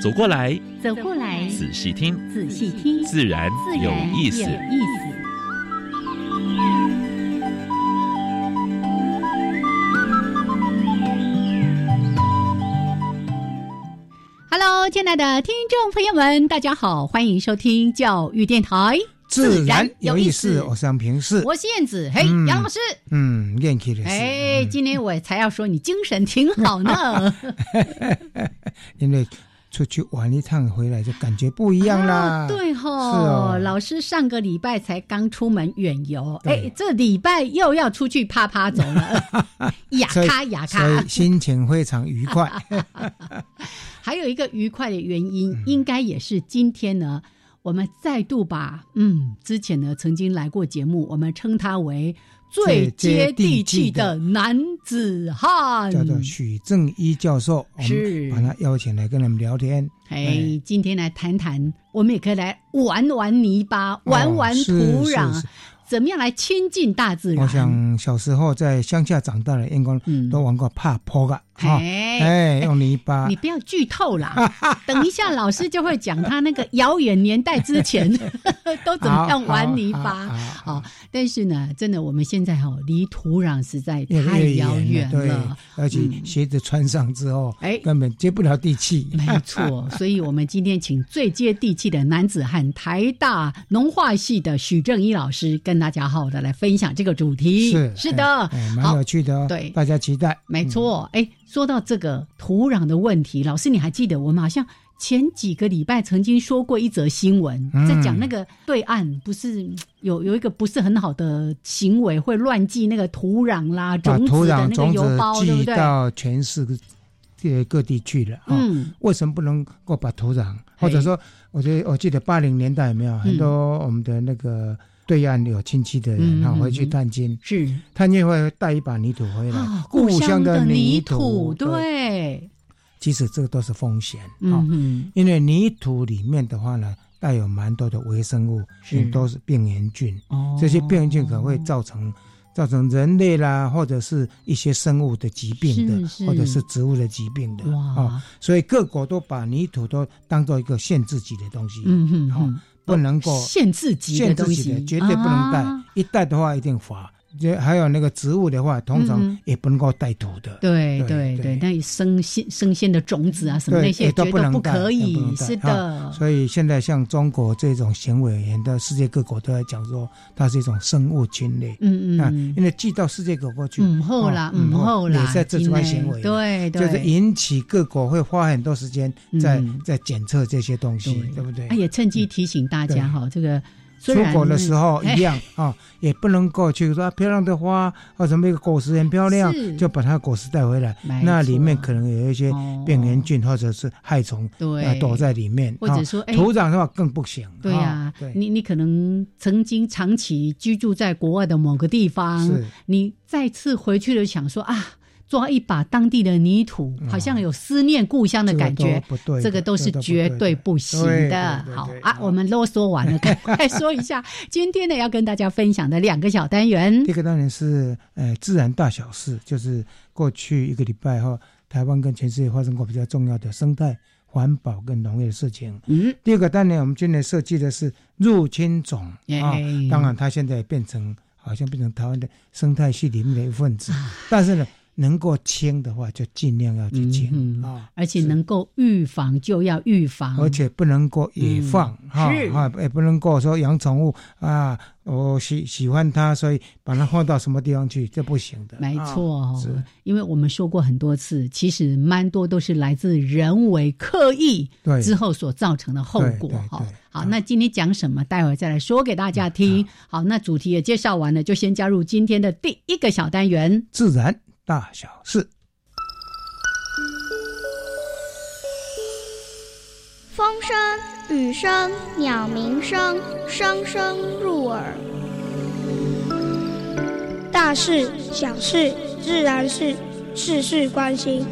走过来，走过来，仔细听，仔细听，自然自然有意思。有意思。Hello，亲爱的听众朋友们，大家好，欢迎收听教育电台。自然有意自然有思意，思我是杨平是，我是燕子，嘿，嗯杨老师，嗯，练起来是，哎，今天我才要说你精神挺好呢， 因为出去玩一趟回来就感觉不一样啦。啊对吼，是哦老师上个礼拜才刚出门远游，对哎，这礼拜又要出去啪啪走了， 雅所以咖雅所咖以。心情非常愉快。还有一个愉快的原因，嗯应该也是今天呢，我们再度把嗯，之前呢曾经来过节目，我们称他为最接最地接地气气的的男子汉。叫做许正一教授，我是们把他邀请来跟我们聊天。哎，今天来谈谈，我们也可以来玩玩泥巴，玩玩土壤，哦是是是怎么样来亲近大自然？我想小时候在乡下长大的，应该嗯都玩过爬坡噶，哈，哎哎，用泥巴你。不要剧透 啦，等一下老师就会讲他那个遥远年代之 前都怎么样玩泥巴。好好好好，但是呢，真的我们现在哈、离土壤实在越来太越遥远远了，对了。，而且鞋子穿上之后，哎 根本接不了地 气。没错，所以我们今天请最接地气的男子汉，台大农化系的许正一老师，跟大家好好的来分享这个主题。是是的哎哎，蛮啊好有，趣的哦，对大家期待。没错。哎，说到这个土壤的问题，老师你还记得我们好像前几个礼拜曾经说过一则新闻，嗯在讲那个对岸不是嗯有有一个不是很好的行为，会乱寄那个土壤啦、把种土子的壤那个种邮包，子对不寄对？到全世界各地去了啊、哦。嗯，为什么不能够把土壤，或者说，我觉得我记得八零年代有没嗯有很多我们的那个对岸有亲戚的嗯人，他、嗯回去嗯探亲，是探亲会带一把泥土回来，啊，故乡的泥土，对，其实这个都是风险啊、哦嗯因为泥土里面的话呢，带有蛮多的微生物，是很多是病原菌。哼，哦这些病菌可能会造成造成人类啦，或者是一些生物的疾病的，是是或者是植物的疾病的哇哦。所以各国都把泥土都当做一个限制级的东西，嗯哼好哼，不能够限制级的限制东级西的，，绝对不能带。啊一带的话一定罚。这还有那个植物的话，通嗯常嗯也不能够带土的。对对对对，对那生鲜生鲜的种子啊，什么对那些也都绝不对能不带可也不以，能带是的，所以现在像中国这种行为，很多世界各国都在讲说，它是一种生物侵略。嗯啊嗯，因为寄到世界各国去，嗯后啦，哦嗯后啦，也在这真的块行为，，对就对，是引起各国会花很多时间在、嗯在检测这些东西对，对不对嗯啊，？也趁机提醒大家对哈，这个出虽然国的时候哎一样啊、 也不能够去说、啊漂亮的花或什么一个果实很漂亮是，就把它果实带回来没，那里面错可能有一些哦病原菌或者是害虫对啊躲在里面，或者啊说哎土壤的话更不行。哦对呀、对你你可能曾经长期居住在国外的某个地方是，你再次回去了，想说啊，抓一把当地的泥土，好像有思念故乡的感觉。嗯这个都不对的，这个都是这绝对不行对的。对对好对啊，我们啰嗦完 了，赶快说一下今天呢要跟大家分享的两个小单元这。个当然是呃自然大小事，就是过去一个礼拜哈，台湾跟全世界发生过比较重要的生态、环保跟农业的事情。嗯，第二个当然我们今天设计的是入侵种啊、哎当然它现在也变成好像变成台湾的生态系里面的一份子，啊但是呢，能够清的话就尽量要去嗯清嗯啊、而且能够预防就要预防，而且不能够野放哈嗯是啊，也不能够说养宠物啊，我喜喜欢它，所以把它放到什么地方去，这不行的。没啊错、哦是因为我们说过很多次，其实蛮多都是来自人为刻意对之后所造成的后果对对哈对。嗯好，啊那今天讲什么，待会儿再来说给大家听。好，那主题也介绍完了，就先加入今天的第一个小单元。自然大小事。风声、雨声、鸟鸣声，声声入耳。大事、小事、自然是，事事关心。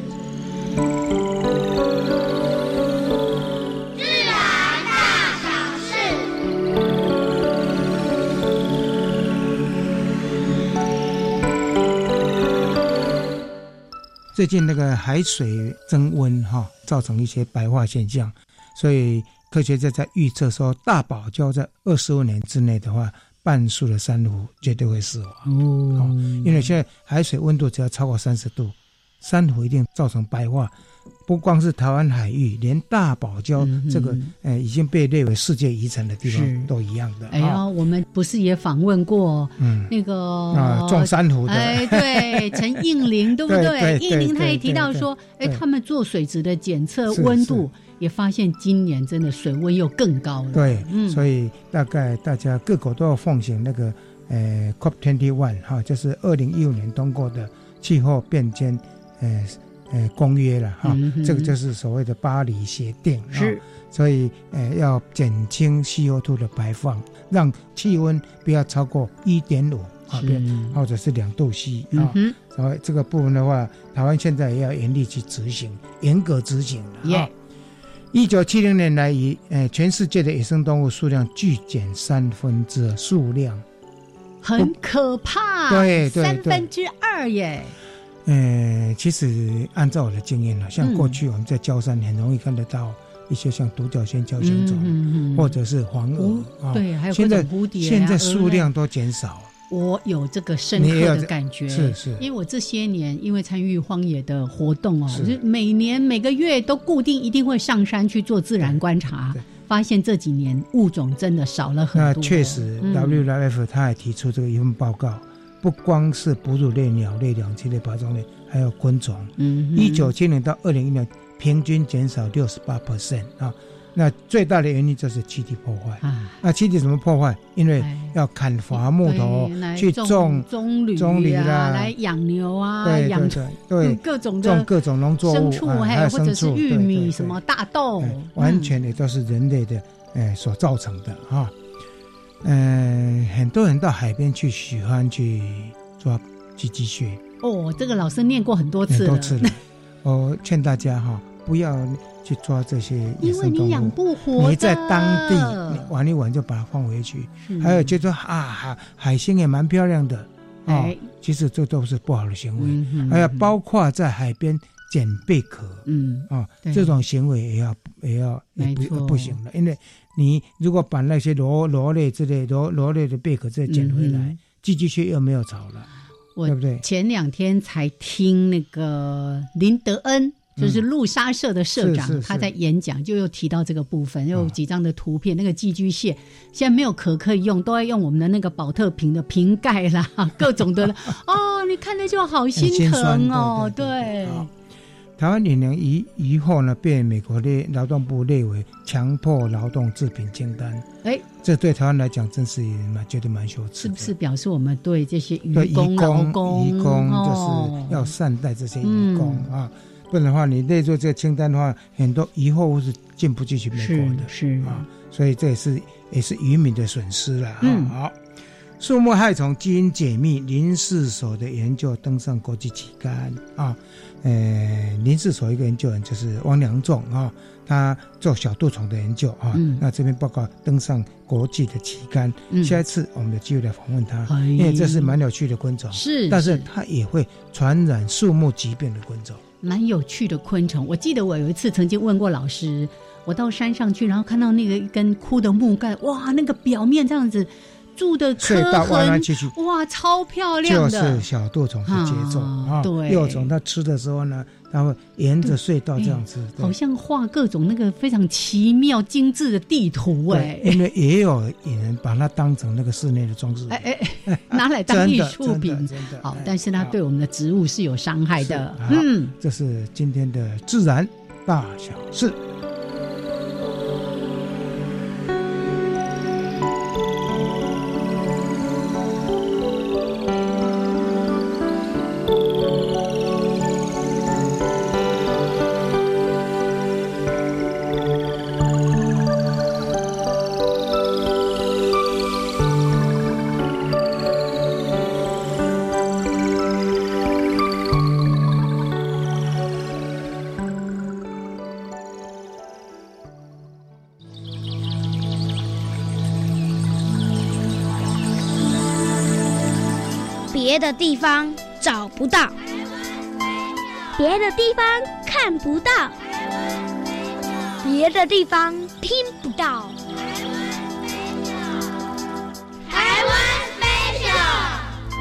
最近那个海水增温哈、造成一些白化现象，所以科学家在预测说，大堡礁在二十五年之内的话，半数的珊瑚绝对会死亡。哦，因为现在海水温度只要超过三十度，珊瑚一定造成白化。不光是台湾海域，连大堡礁嗯嗯这个、嗯呃已经被列为世界遗产的地是方都一样的。哎啊呦，我们不是也访问过嗯那个啊，撞珊瑚的，哦哎，对，陈应 林，对不对对对应林他也对提对到对说，哎，对他们做水质的检测是温度，也发现今年真的水温又更高了。对，嗯所以大概大家各国都要奉行那个呃 COP twenty one 哈，就是二零一五年通过的气候变迁呃呃公约了哈，嗯哼这个就是所谓的巴黎协定哈是所以呃要减轻 CO2 的排放，让气温不要超过一点五啊，是不要或者是两度 C 嗯啊。哼，然后这个部分的话，台湾现在也要严厉去执行，严格执行了啊耶。一九七零年来以，呃全世界的野生动物数量巨减三分之二数量，很可怕，对对三对分之二耶，呃，其实按照我的经验呢，啊像嗯过去我们在礁山很容易看得到一些像独角仙礁嗯形种，嗯嗯或者是黄哦鹅啊，对，还有各现在种蝴蝶啊，现在鹅数类量都减少，我有这个深你也有刻的这感觉，是是因为我这些年因为参与荒野的活动哦，是我就每年每个月都固定一定会上山去做自然观察对对，发现这几年物种真的少了很那多。确实嗯，WWF 他也提出这个一份报告，不光是哺乳类、鸟类、两栖类、爬虫类，还有昆虫。嗯哼，一九七零到二零一零，平均减少六十八 percent 啊。那最大的原因就是栖地破坏。啊，那栖地怎么破坏？因为哎要砍伐木头对来去种，棕榈、棕榈啊，啦来养牛啊，对养对对对，各种种的各种农作牲物畜，啊，还有或者牲是畜，玉对对米、对什么大豆哎，完嗯全也都是人类的，呃，所造成的哈。嗯、很多人到海边去喜欢去抓寄居蟹，哦，这个老师念过很多很次多了， 次了。我劝大家哈，不要去抓这些野因为生动你养物。不活，在当地你玩一玩就把它放回去，是还有觉得啊海海鲜也蛮漂亮的啊、哎其实这都是不好的行为，嗯哼还有嗯哼包括在海边捡贝壳，嗯，啊、对这种行为也要也要也没错不不行了，因为你如果把那些螺螺类之类螺螺类的贝壳再捡回嗯来哼，寄居蟹又没有草了，我对不对？前两天才听那个林德恩，就是陆沙社的社长，嗯是是是啊他在演讲就又提到这个部分，又有几张的图片，那个寄居蟹现在没有壳可以用，都要用我们的那个保特瓶的瓶盖啦， 各种的 哦，你看那就好很心哎酸疼哦，对对，好台湾也能以以后呢被美国列劳动部列为强迫劳动制品清单，哎，这对台湾来讲真是也蛮觉得蛮羞耻是的，不是表示我们对这些渔对，移工、劳工、移工哦嗯就是要善待这些移工、啊，不然的话，你列入这个清单的话，很多以后是进不进去美国的。是是啊，所以这也是也是渔民的损失了。啊嗯好，树木害虫基因解密林氏所的研究登上国际期刊啊。呃，林氏所一个研究人就是汪良仲啊，他做小蠹虫的研究啊。嗯那这篇报告登上国际的期刊，嗯下一次我们有机会来访问他，哎因为这是蛮有趣的昆虫。是，但是它也会传染树木疾病的昆虫，蛮有趣的昆虫。我记得我有一次曾经问过老师，我到山上去，然后看到那个一根枯的木干，哇，那个表面这样子住的所以刻到弯痕弯，曲曲哇，超漂就亮是的。小蠹虫的节奏啊啊。对哎幼虫它吃的时候呢，它会沿着隧道这样吃，对好像画各种那个非常奇妙精致的地图哎对，因为也有人把它当成那个室内的装饰品哎，哎哎，拿来当真艺的术真的品。真的。好哎，但是它好对我们的植物是有伤害的是啊。嗯，这是今天的自然大小事。别的地方找不到，别的地方看不到，别的地方听不到。台湾 special。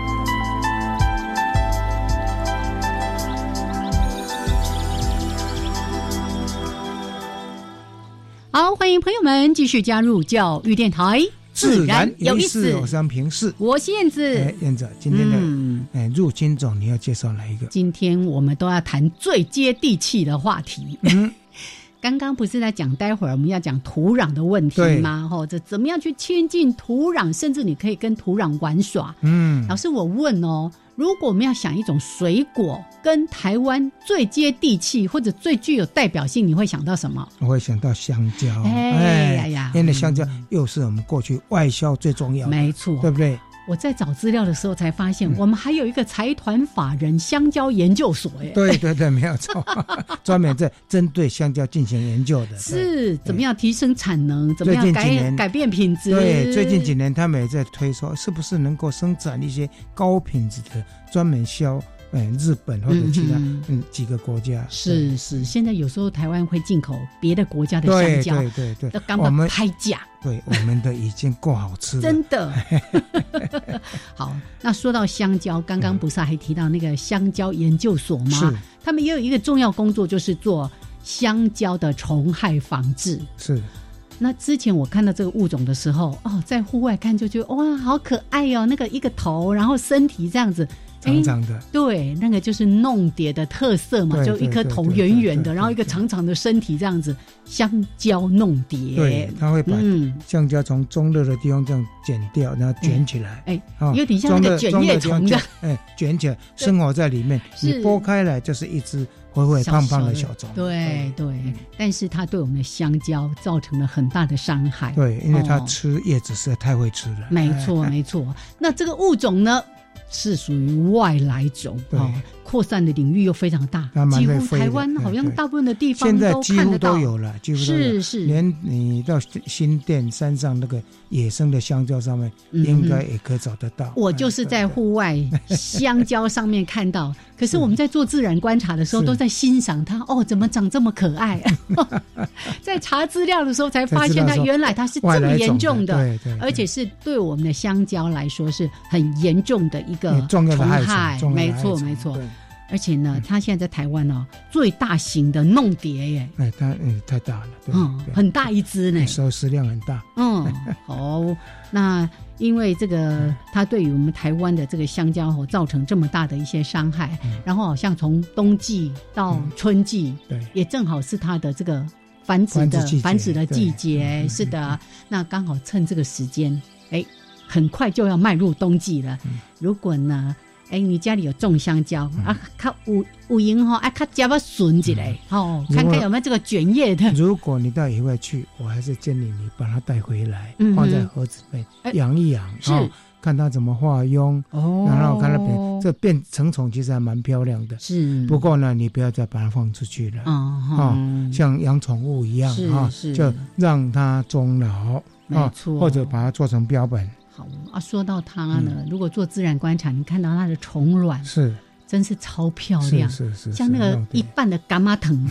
好，欢迎朋友们继续加入教育电台，自然有意思，我是安平是。我是燕子。哎，燕子，今天的嗯，哎入侵种你要介绍哪一个？今天我们都要谈最接地气的话题。嗯， 刚刚不是在讲，待会儿我们要讲土壤的问题对吗？或者怎么样去亲近土壤，甚至你可以跟土壤玩耍。嗯老，师，我问哦，如果我们要想一种水果跟台湾最接地气或者最具有代表性，你会想到什么？我会想到香蕉。哎呀呀因为香蕉又是我们过去外销最重要的，没错，对不对？我在找资料的时候才发现，嗯我们还有一个财团法人香蕉研究所，哎，对对对，没有 错，专门在针对香蕉进行研究的。是怎么样提升产能，怎么最样近几改年改变品质？对，最近几年他们也在推说，是不是能够生产一些高品质的，专门销嗯日本或者其他嗯嗯几个国家。是是，现在有时候台湾会进口别的国家的对香蕉，对对对要对，干我嘛们开价？对我们的已经够好吃了。真 的。好，那说到香蕉，刚刚不是还提到那个香蕉研究所吗是？他们也有一个重要工作，就是做香蕉的虫害防治。是，那之前我看到这个物种的时候，哦，在户外看就觉得哇，好可爱哦，那个一个头，然后身体这样子，长长的，对，那个就是弄蝶的特色嘛，对就一颗对头对对圆圆对的，对然后一个对长长的身体这样子，香蕉弄对蝶，，他会把嗯，香蕉从中热的地方这样剪掉，然后卷起来。哎啊有点像那个卷叶虫的，中的哎，卷起来，生活在里面。是你剥开来就是一只灰灰胖胖的小虫。对对，嗯但是它对我们的香蕉造成了很大的伤害。，对，因为它哦吃叶子实在太会吃了。没哎错 没错。那这个物种呢，是属于外来种，对哦，扩散的领域又非常大它，蛮几会乎飞的台湾嗯好像对大部分的地方现在都几看乎得到都。有了，几乎都有。是是，连你到新店山上那个野生的香蕉上面，嗯应该也可以找得到。我哎就是对在对户外香蕉上面看到， 可是是我们在做自然观察的时候，是都在欣赏它。哦，怎么长这么可 爱？在查资料的时候才发现，它才知道说原来它是外这么来严种重的。对对，对而且是对我们的香蕉来说是很严重的一个也重要的虫害虫，重要的没害错虫没错。对嗯而且呢，它现在在台湾哦，最大型的弄蝶耶，哎，它嗯太大了，对嗯，，对很大一只呢，收食量很大。嗯，哦，那因为这个嗯它对于我们台湾的这个香蕉哦造成这么大的一些伤害，嗯然后好像从冬季到嗯春季，对，也正好是它的这个繁殖的繁殖季节繁殖的季对节嗯，嗯是的，那刚好趁这个时间，哎，很快就要迈入冬季了。嗯如果呢，哎，你家里有种香蕉、啊，看有有赢哈，啊，看加把笋起嗯来哦，如看果看有没有这个卷叶的，如果你到野外去，我还是建议你把它带回来嗯，哼放在盒子里哎面养一养，是哦看它怎么化蛹，哦嗯然后看它变这变成虫，其实还蛮漂亮的。是不过呢，你不要再把它放出去了，啊哦像养宠物一样是啊是，就让它终老没啊，错，或者把它做成标本，好啊。说到它呢，如果做自然观察，你看到它的虫卵是真是超漂是亮，是是，像那是哦个弄一得半的伽马 藤，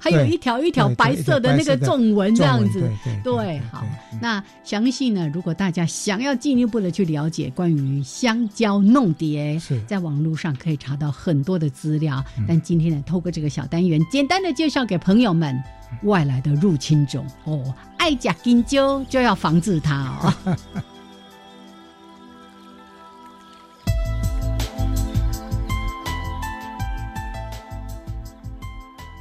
还有一条一条对对白一条色的白那个色的纵纹这皱样纹子对。对对，好，嗯那详细呢？如果大家想要进一步的去了解关于香蕉弄蝶，是在网络上可以查到很多的资料。但今天呢，透过这个小单元，简单的介绍给朋友们外来的入侵种哦，爱甲金鸠就要防治它哦。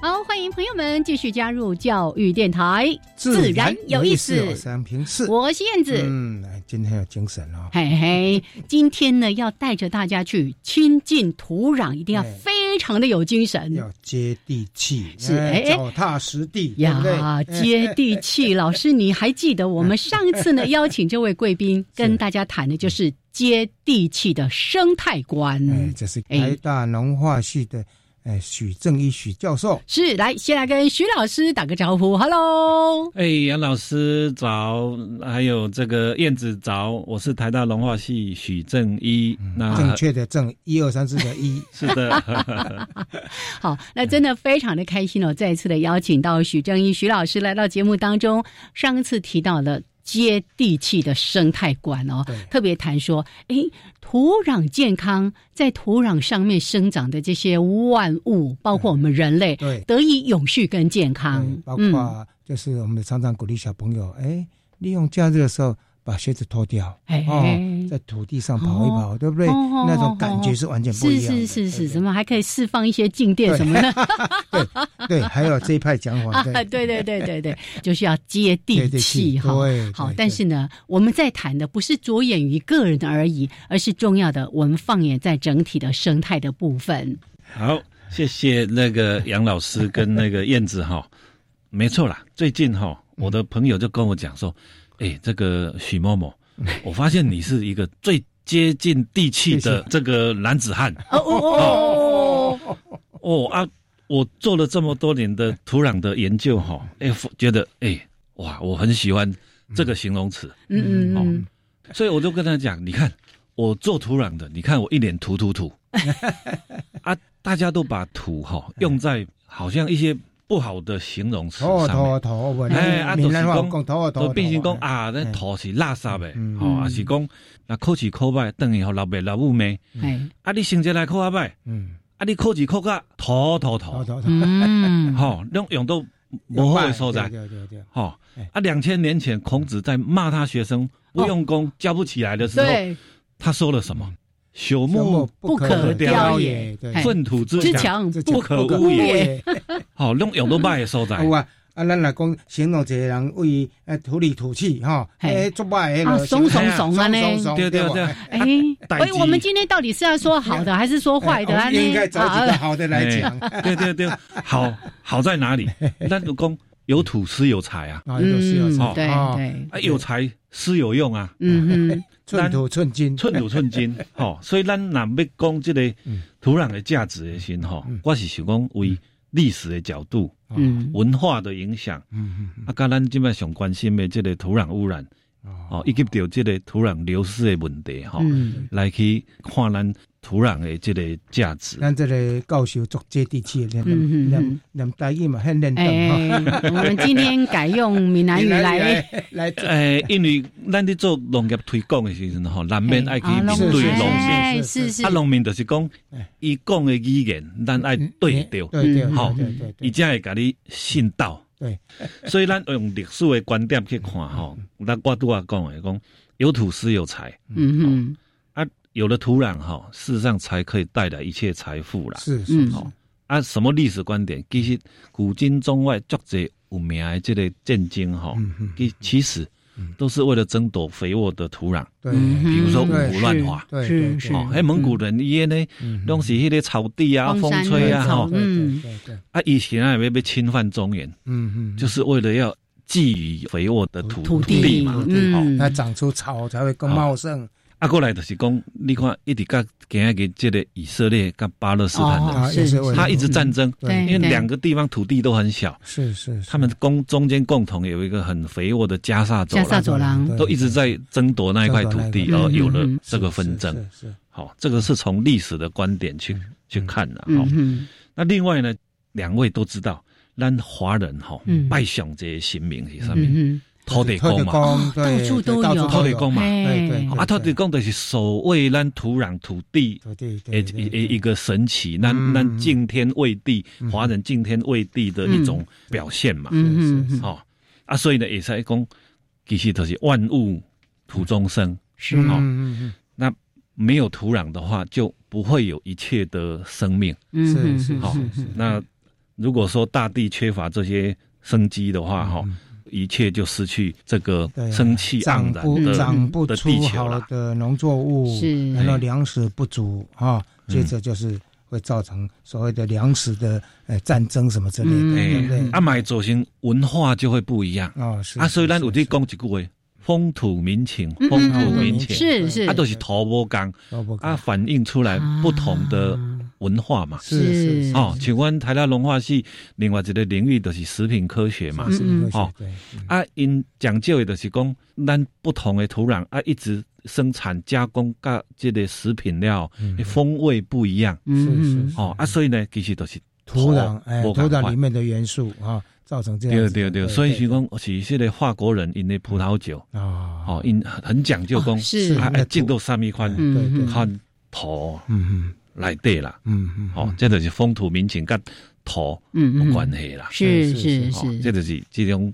好，欢迎朋友们继续加入教育电台，自然然有意思我是安平是我是燕子。嗯，哎今天有精神哦。嘿嘿，今天呢，要带着大家去亲近土壤，一定要对非常的有精神。要接地气，是哎哎脚踏实地，对哎不呀，对？接地 气。老师，你还记得我们上一次呢邀请这位贵宾跟大家谈的就是接地气的生态观。哎，这是台大农化系的呃许正一许教授。是，来先来跟徐老师打个招呼，Hello。哎，杨老师早，还有这个燕子早，我是台大文化系许正一。那正确的正一二三四的一，是的，好，那真的非常的开心哦！再一次的邀请到许正义许老师来到节目当中。上一次提到了接地气的生态馆哦对，特别谈说，诶，土壤健康在土壤上面生长的这些万物，包括我们人类，对得以永续跟健康嗯对，包嗯，括就是我们常常鼓励小朋友，哎、利用假日的时候把鞋子脱掉，哎哦，在土地上跑一跑，对不对？哦那种感觉是完全不是一样的。是是是，对怎么还可以释放一些静电什 么的？对对，还有这一派讲法，对啊， 对对对对对，就是要接地接地气气哈对。对好对，但是呢，我们在谈的不是着眼于个人而已，而是重要的，我们放眼在整体的生态的部分。 好，谢谢那个杨老师跟那个燕子哈。没错啦，最近哈，我的朋友就跟我讲说，哎，这个许某某，我发现你是一个最接近地气的这个男子汉。哦哦哦，哦啊，我做了这么多年的土壤的研究哈，哎、觉得哎、哇，我很喜欢这个形容词，嗯嗯嗯，所以我就跟他讲，你看我做土壤的，你看我一脸土 土土，啊，大家都把土哈用在好像一些不好的形容词头上面。头头，我哎，啊，闽就是南话讲，讲头头，就变成讲哎，啊，咱土是垃圾呗，嗯吼，啊是讲那考试考歹，等于互老爸老母骂，哎，啊你成绩来考啊歹，嗯，啊你考试考甲土土头土，头啊头， 嗯，吼，用用到无好的所在，对对对，吼哎哦啊，两千年前孔子在骂他学生不用功、教不起来的时候，对，他说了什么？朽朽木木不可雕也也，对哎粪土哦之之强墙，这不不可哎污也。吼，用用到歹的所在啊，，有啊，啊，咱来讲形容一个人为呃土里土气吼，嘿哎，做歹啊的怂怂怂啊呢怂怂哎对对吧对， 哎，代哎，志我们今天到底是要说好的还是说坏的哎啊？我们应该呢找几个啊好的来讲。哎对对对，好好在哪里？ 那主公有土司有财啊，啊，就是有嗯，是好对哦对，啊有财司有用啊，嗯哼，寸土寸金，寸土寸金，吼，所以咱若要讲这个嗯土壤的价值的时候，吼嗯，我是想讲为历史的角度、 哦，嗯，文化的影响，嗯嗯啊，甲咱即摆上关心的这个土壤污染。嗯，哦，以及着即个土壤流失的问题吼，嗯。来去看咱土壤的即个价值。咱这个教授足接地气的，嗯嗯嗯念念念台语嘛，很认真 哈。哎，我们今天改用闽南语来，来来，诶、呃因为咱咧做农业推广的时阵吼，难免爱去哎啊面拢对农是民。哎是是是是，啊，农民就是讲哎，伊讲的语言，咱爱对嗯对着，对对，好对对伊对，才会甲你信道。对，所以咱用历史的观点去看吼，咱我拄啊讲的讲，有土司有财嗯啊，有了土壤吼，事实上才可以带来一切财富啦。是哼，嗯是，好，啊，什么历史观点？其实古今中外作者有名的这个战争哈，嗯嗯，其其实都是为了争夺肥沃的土壤。对，嗯比如说五对胡乱华，对是对是嗯对哦，迄蒙古人伊呢，嗯拢是迄个草地啊、荒风山吹啊，野草吼对对嗯对对，啊，以前啊要要侵犯中原，嗯嗯，就是为了要觊觎肥沃的土土地地嘛，，哦嗯，它长出草才会更茂盛。啊，过来就是讲，你看一直到今日这个以色列跟巴勒斯坦哦嗯人，啊也是为了他一直战争，对，因为对两个地方土地都很小，是是，是他们共中间共同有一个很肥沃的加萨走加萨廊，走廊对都一直在争夺那一块土地，夺争然后那一块有了嗯嗯嗯这个纷争。是是是好、这个是从历史的观点去、去看的、好、嗯哼，那另外呢，两位都知道，咱华人哈、嗯拜向这些神明是什么？嗯土地公嘛。公到对处都对到有处土地公有嘛，哎对对嗯啊，土地公就是守卫咱土壤土地对对对诶对一对一一个神奇，咱嗯咱敬天畏地，嗯华人敬天畏地的一种表现嘛哼，。嗯哼，哦，啊，所以呢，也是讲，其实都是万物土中生，是嗯哦嗯没有土壤的话，就不会有一切的生命。嗯嗯是哼，是好是是那如果说大地缺乏这些生机的话，哈、嗯一切就失去这个对啊生气长盎然不的长不的出地球好啦。的农作物，是然后哎粮食不足哈，嗯接着就是会造成所谓的粮食的呃战争什么之类的，对不对嗯？啊，买走行文化就会不一样。哦是啊，所以咱有这去讲一句话：风土民情，嗯风土嗯嗯民嗯情。是是啊，都是土木工萝卜啊，反映出来不同的啊文化嘛。是是是是哦，请问台大文化系另外一个领域就是食品科学嘛？是嗯嗯科学哦对嗯啊，因讲究的就是讲咱不同的土壤啊，一直生产加工甲这个食品料嗯的风味不一样。嗯是哦啊，所以呢，其实都是土壤哎不土同款壤里面的元素啊，造成这样对子对对，所以是讲哦是这个法国人因的葡萄酒，啊哦，因很很讲究哦讲是啊那个啊，进土到什么款嗯对对看土嗯来对啦，嗯嗯哦，这就是风土民情跟土嗯有嗯，关系啦。是是是哦是，这就是这种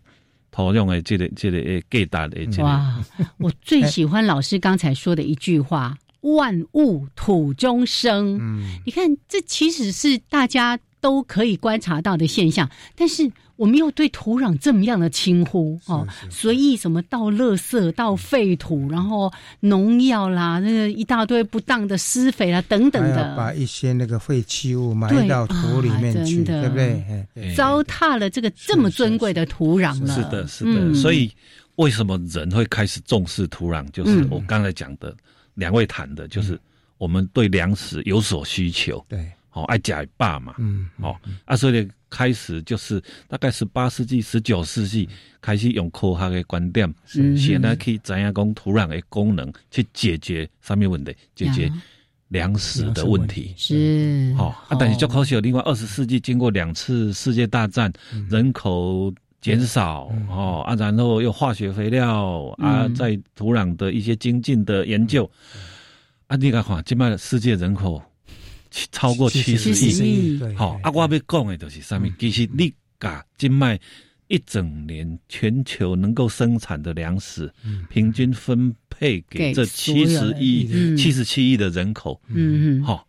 土壤的这个这个诶价值的这个。哇，我最喜欢老师刚才说的一句话：“哎万物土中生。”嗯你看，这其实是大家都可以观察到的现象，但是我们又对土壤这么样的轻忽哦，是所以什么到垃圾、到废土，然后农药啦，那个一大堆不当的施肥啦等等还要把哎的，一些那个废弃物埋对到土里啊面去，真的对不对？哎哎糟蹋了这个这么尊贵的土壤了。是的，是嗯的。所以为什么人会开始重视土壤？就是嗯我刚才讲的，两位谈的，就是我们对粮食有所需求，对，哦，爱假霸嘛，嗯，哦，啊，所以开始就是大概十八世纪、十九世纪开始用科学的观点，嗯现在可以怎样讲土壤的功能去解决上面问题，解决呀粮食的问题。是好、啊，但是就可惜，另外二十世纪经过两次世界大战，人口减少、嗯哦啊，然后又化学肥料、啊嗯，在土壤的一些精进的研究，啊，你看看，今麦世界人口七超过七70十亿，嗯亿对，好、啊，我要讲的就是上面，其实你噶今麦一整年全球能够生产的粮食，嗯平均分配给给这所有七十人亿、嗯七十七亿的人口，嗯嗯，哈、哦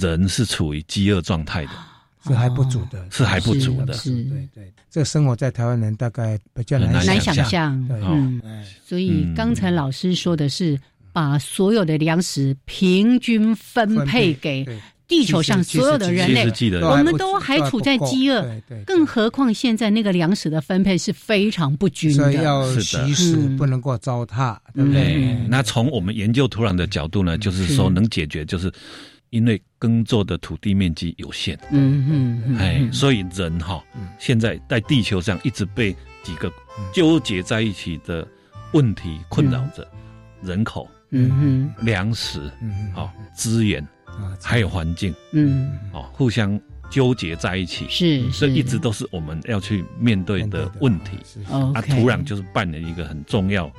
人是处于饥饿状态的，是还不足的，是还不足的。是对对，这生活在台湾人大概比较难很难想想象象，对嗯，哎所以刚才老师说的是。把所有的粮食平均分配给对地球上70所有的人类7070，记得我们不都还处不在够饥饿对对，更对何况现在那个粮食的分配是非常不均所以的。要是的惜食嗯，不能够糟蹋，对不对？哎哎那从我们研究土壤的角度呢，就是说能解决，就是因为耕作的土地面积有限，嗯嗯嗯，哎，嗯所以人哈嗯，现在在地球上一直被几个嗯纠结在一起的问题困扰着，人口、嗯粮食、嗯，好资源，啊，还有环境，嗯嗯，哦，互相纠结在一起，是这是，一直都是我们要去面对面对的的问题。是是哦啊，土壤就是扮演一个很重要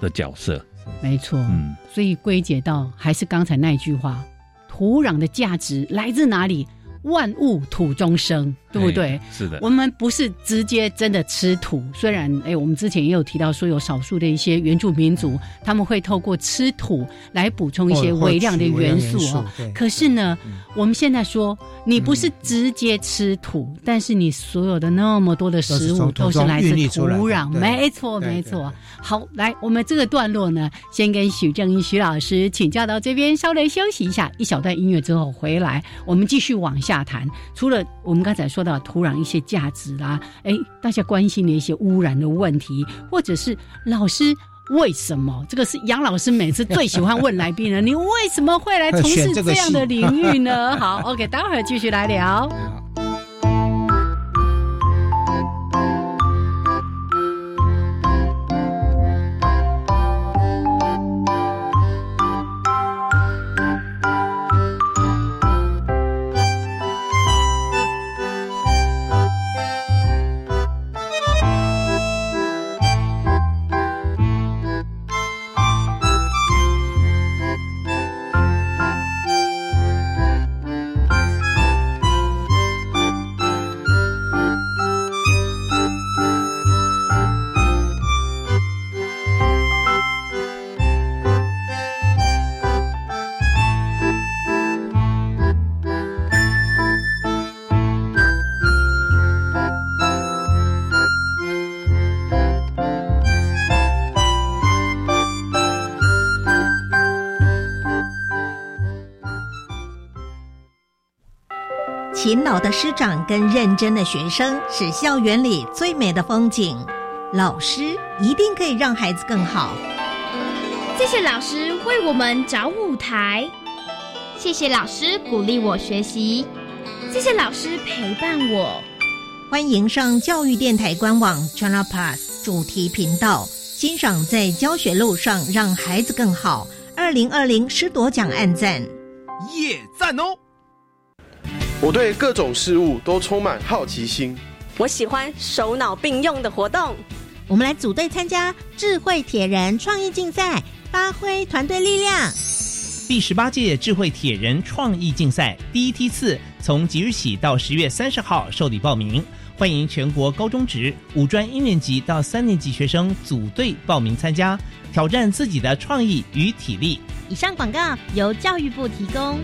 的角色。没错。嗯，所以归结到还是刚才那一句话，土壤的价值来自哪里？万物土中生，对不对哎？？是的我，们不是直接真的吃土，虽然哎，我们之前也有提到说，有少数的一些原住民族，他们会透过吃土来补充一哦些微量的元素哦。，对可是呢嗯，我们现在说你不是直接吃土，但是你所有的那么多的食物都嗯都是从土是中来自孕育出来的土壤，对没错，对没对错对。好，来，我们这个段落呢，先跟许正英许老师请教到这边，稍微休息一下，一小段音乐之后回来，我们继续往下谈。除了我们刚才说到土壤一些价值啦、哎，大家关心的一些污染的问题，或者是老师。为什么？这个是杨老师每次最喜欢问来宾的，你为什么会来从事选这这个样的系领域 呢？好，OK，待会儿继续来聊。好勤劳的师长跟认真的学生是校园里最美的风景。老师一定可以让孩子更好。谢谢老师为我们找舞台。谢谢老师鼓励我学习，谢谢老师陪伴我。欢迎上教育电台官网 China Plus 主题频道，欣赏在教学路上让孩子更好。二零二零师铎奖暗赞。耶，赞哦！我对各种事物都充满好奇心。我喜欢手脑并用的活动。我们来组队参加智慧铁人创意竞赛，发挥团队力量。第十八届智慧铁人创意竞赛第一梯次从即日起到十月三十号受理报名，欢迎全国高中职、五专一年级到三年级学生组队报名参加，挑战自己的创意与体力。以上广告由教育部提供。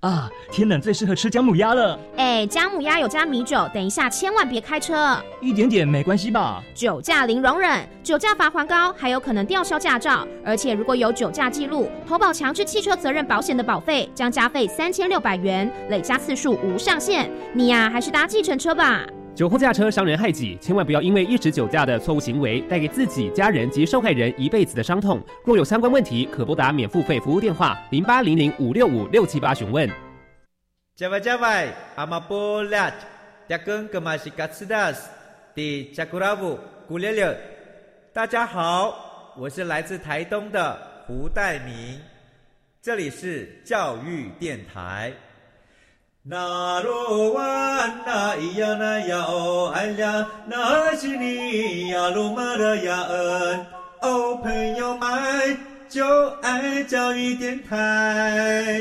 啊，天冷最适合吃姜母鸭了，哎，姜母鸭有加米酒，等一下千万别开车，一点点没关系吧？酒驾零容忍，酒驾罚款高，还有可能吊销驾照，而且如果有酒驾记录，投保强制汽车责任保险的保费将加费三千六百元，累加次数无上限。你呀、还是搭计程车吧。酒后驾车伤人害己，千万不要因为一时酒驾的错误行为，带给自己、家人及受害人一辈子的伤痛。若有相关问题，可拨打免付费服务电话零八零零五六五六七八询问。 Java Java, Amapolat, Dakun Kamashikatsidas, Di Jakuravu, Gulele。大家好，我是来自台东的胡代明，这里是教育电台。那罗哇那咿呀那呀哦哎呀，那是你呀鲁玛的呀恩哦，朋友们就爱教育电台。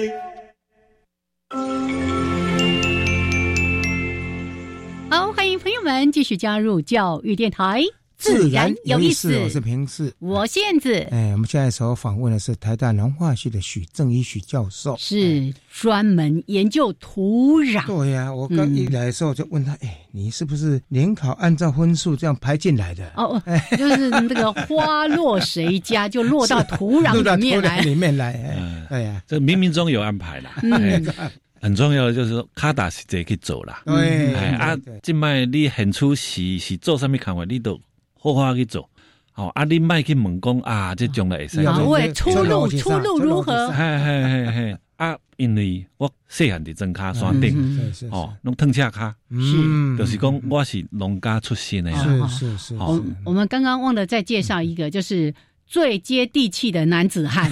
好，欢迎朋友们继续加入教育电台，我是平视。我是燕子，哎，我们现在所访问的是台大农化系的许正一许教授。是专门研究土壤。哦对呀、我刚一来的时候就问他，哎、你是不是联考按照分数这样排进来的？哦，哦，就是那个花落谁家，就落到土 壤入到里面土壤来。里面来，哎嗯，对呀、这冥冥中有安排啦。嗯哎很重要的就是说，卡达是这去走啦。对，哎啊对，即摆你现出是是做啥物工作，你都好好去做。哦，啊，你莫去问讲啊，这将来会使对然后做。喂，出路出路如何嘿？嘿嘿嘿，啊，因为我细汉伫庄卡山顶，嗯是是哦，，拢褪车卡，嗯，就是讲我是农家出身的啦。是是是，是哦我我们刚刚忘了再介绍一个，就是最接地气的男子汉，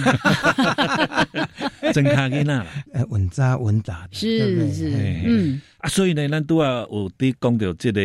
真卡囡仔啦。哎，稳扎稳打的，对不是对是哎哎，嗯，啊，所以呢，咱都要有伫讲到这个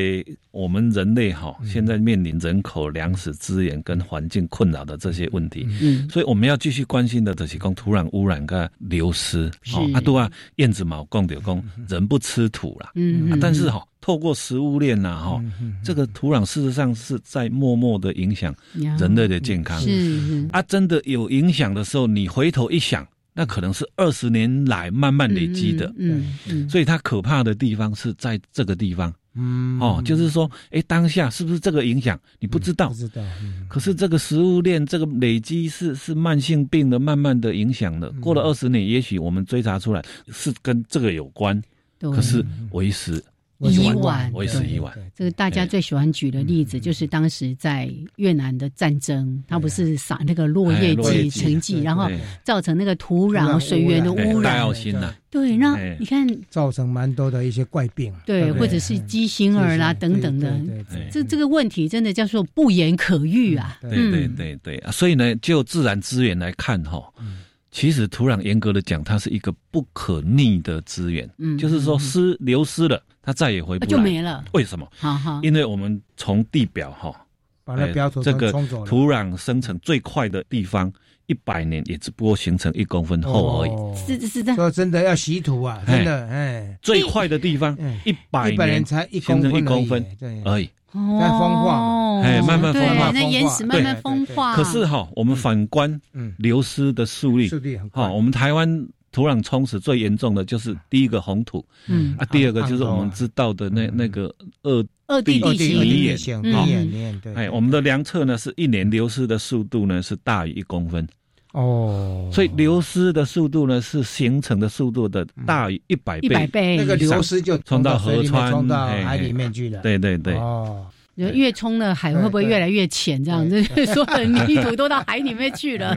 我们人类哈，嗯现在面临人口、粮食资源跟环境困扰的这些问题，嗯所以我们要继续关心的就是讲土壤污染跟流失。是哦，啊，都啊，燕子毛讲到讲人不吃土啦，嗯啊嗯，但是哈、透过食物链呐、哈、这个土壤事实上是在默默的影响呀人类的健康。嗯是是啊，真的有影响的时候，你回头一想，那可能是二十年来慢慢累积的。嗯嗯，所以它可怕的地方是在这个地方嗯，哦，就是说，哎，当下是不是这个影响你不知道不？知道，嗯可是这个食物链这个累积是是慢性病的，慢慢的影响嗯的。过了二十年，也许我们追查出来是跟这个有关，嗯对可是为时我也是以晚往为时已晚。这个大家最喜欢举的例子，就是当时在越南的战争，它不是撒那个落叶哎落剂叶剂成剂，对然后对造成那个土土壤壤、水源的污染嗯污大啊染要，心呐、对，那哎你看，造成蛮多的一些怪病，对，不或者嗯是畸形儿啦对等等的，对对哎对这这个问题真的叫做不言可喻啊。对对对嗯对对啊！所以呢，就自然资源来看哈、其实土壤严格的讲，它是一个不可逆的资源，嗯就是说失流失了，它再也回啊不来，就没了，啊为什么？好好，因为我们从地表哈，把那标准哎这个冲走了土壤生成最快的地方，一百年也只不过形成一公分厚而已。哦是是这样，说真的要洗土啊，哎真的，哎，最快的地方哎，一百一百年年才一形公分成而一已哎对公分而已。在风化嘛哦哎慢慢风对那化风化岩石慢慢对风化，可是哈，我们反观嗯，流失的速率速，率很快哈，我们台湾土壤充实最严重的就是第一个红土嗯，啊，第二个就是我啊们知道的那嗯那个二二地二地地地二形地形，地形，嗯地眼地眼，对，哎，我们的量测呢是一年流失的速度呢是大于一公分，哦，所以流失的速度呢是形成的速度的嗯大于一百一百倍。倍那个流失就冲到水里面河川冲到哎海里面去了，对对对，哦，就越冲了海对会不会越来越浅？这样，就是所有的泥土都到海里面去了。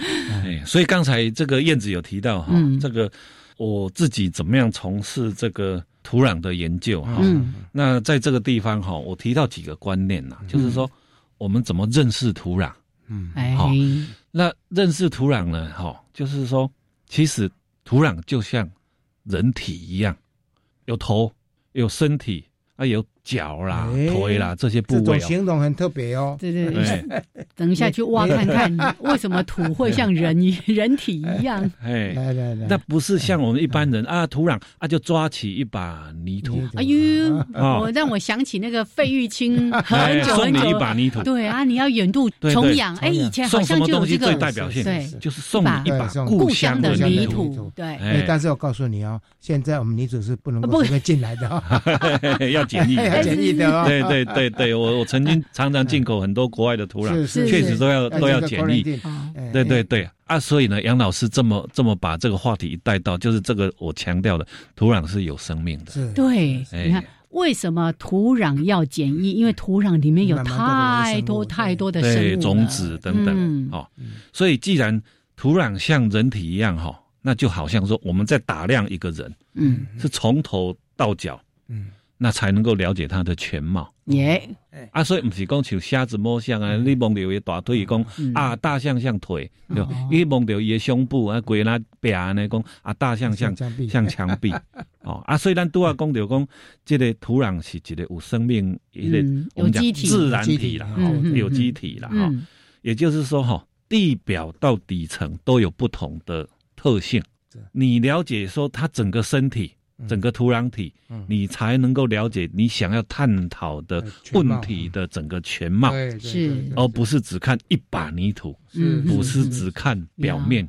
哎，所以刚才这个燕子有提到哈，嗯这个我自己怎么样从事这个土壤的研究哈。嗯那在这个地方哈，我提到几个观念呐、就是说我们怎么认识土壤。嗯，哎，好那认识土壤呢，哈，就是说，其实土壤就像人体一样，有头，有身体，啊，有脚啦、哎腿啦这些部这种位哦。哎形容很特别哦。对对对，等一下去挖看看，为什么土会像人一人体一样？哎，来来来，那不是像我们一般人啊，土壤啊就抓起一把泥土， 哎呦，啊哦我让我想起那个费玉清很哎久送很久你一把泥土，对啊，你要远渡对对重洋，重哎，洋以前好送什像么就有东这西个最代表性对，就是送你一对把送故乡乡的泥泥土。土，对，哎哎，但是我告诉你哦，现在我们女主是啊不能不够随便进来 的哦， 要简易， 要简易的哦。对对对对，我我曾经常常进口很多国外的土壤，哦是是确是实都要都这要个检疫 quarantine，哦哎对对对啊，所以呢，杨老师这么这么把这个话题一带到，就是这个我强调的，土壤是有生命的。是对，哎你看为什么土壤要简易？因为土壤里面有慢慢太地都多有生物太多的生物对了种子等等、嗯哦，所以既然土壤像人体一样哈、那就好像说我们在打量一个人，嗯，是从头到脚，嗯，那才能够了解他的全貌。耶，啊，所以不是讲像瞎子摸象啊，你摸到伊大腿，讲嗯哦啊大象像腿，对吧，你摸到伊的胸部啊，鬼那壁安尼讲啊大象像像墙壁像墙 壁，哦啊，所以咱都要讲到讲，这个土壤是一个有生命，一个嗯我们有讲机体自然体啦，嗯哦嗯有机体啦，哈，嗯，也就是说哈，地表到底层都有不同的特性是，你了解说它整个身体。整个土壤体，嗯你才能够了解你想要探讨的哎全貌问题的整个全貌，对对对是对对而不是只看一把泥土，嗯不是只看表嗯面。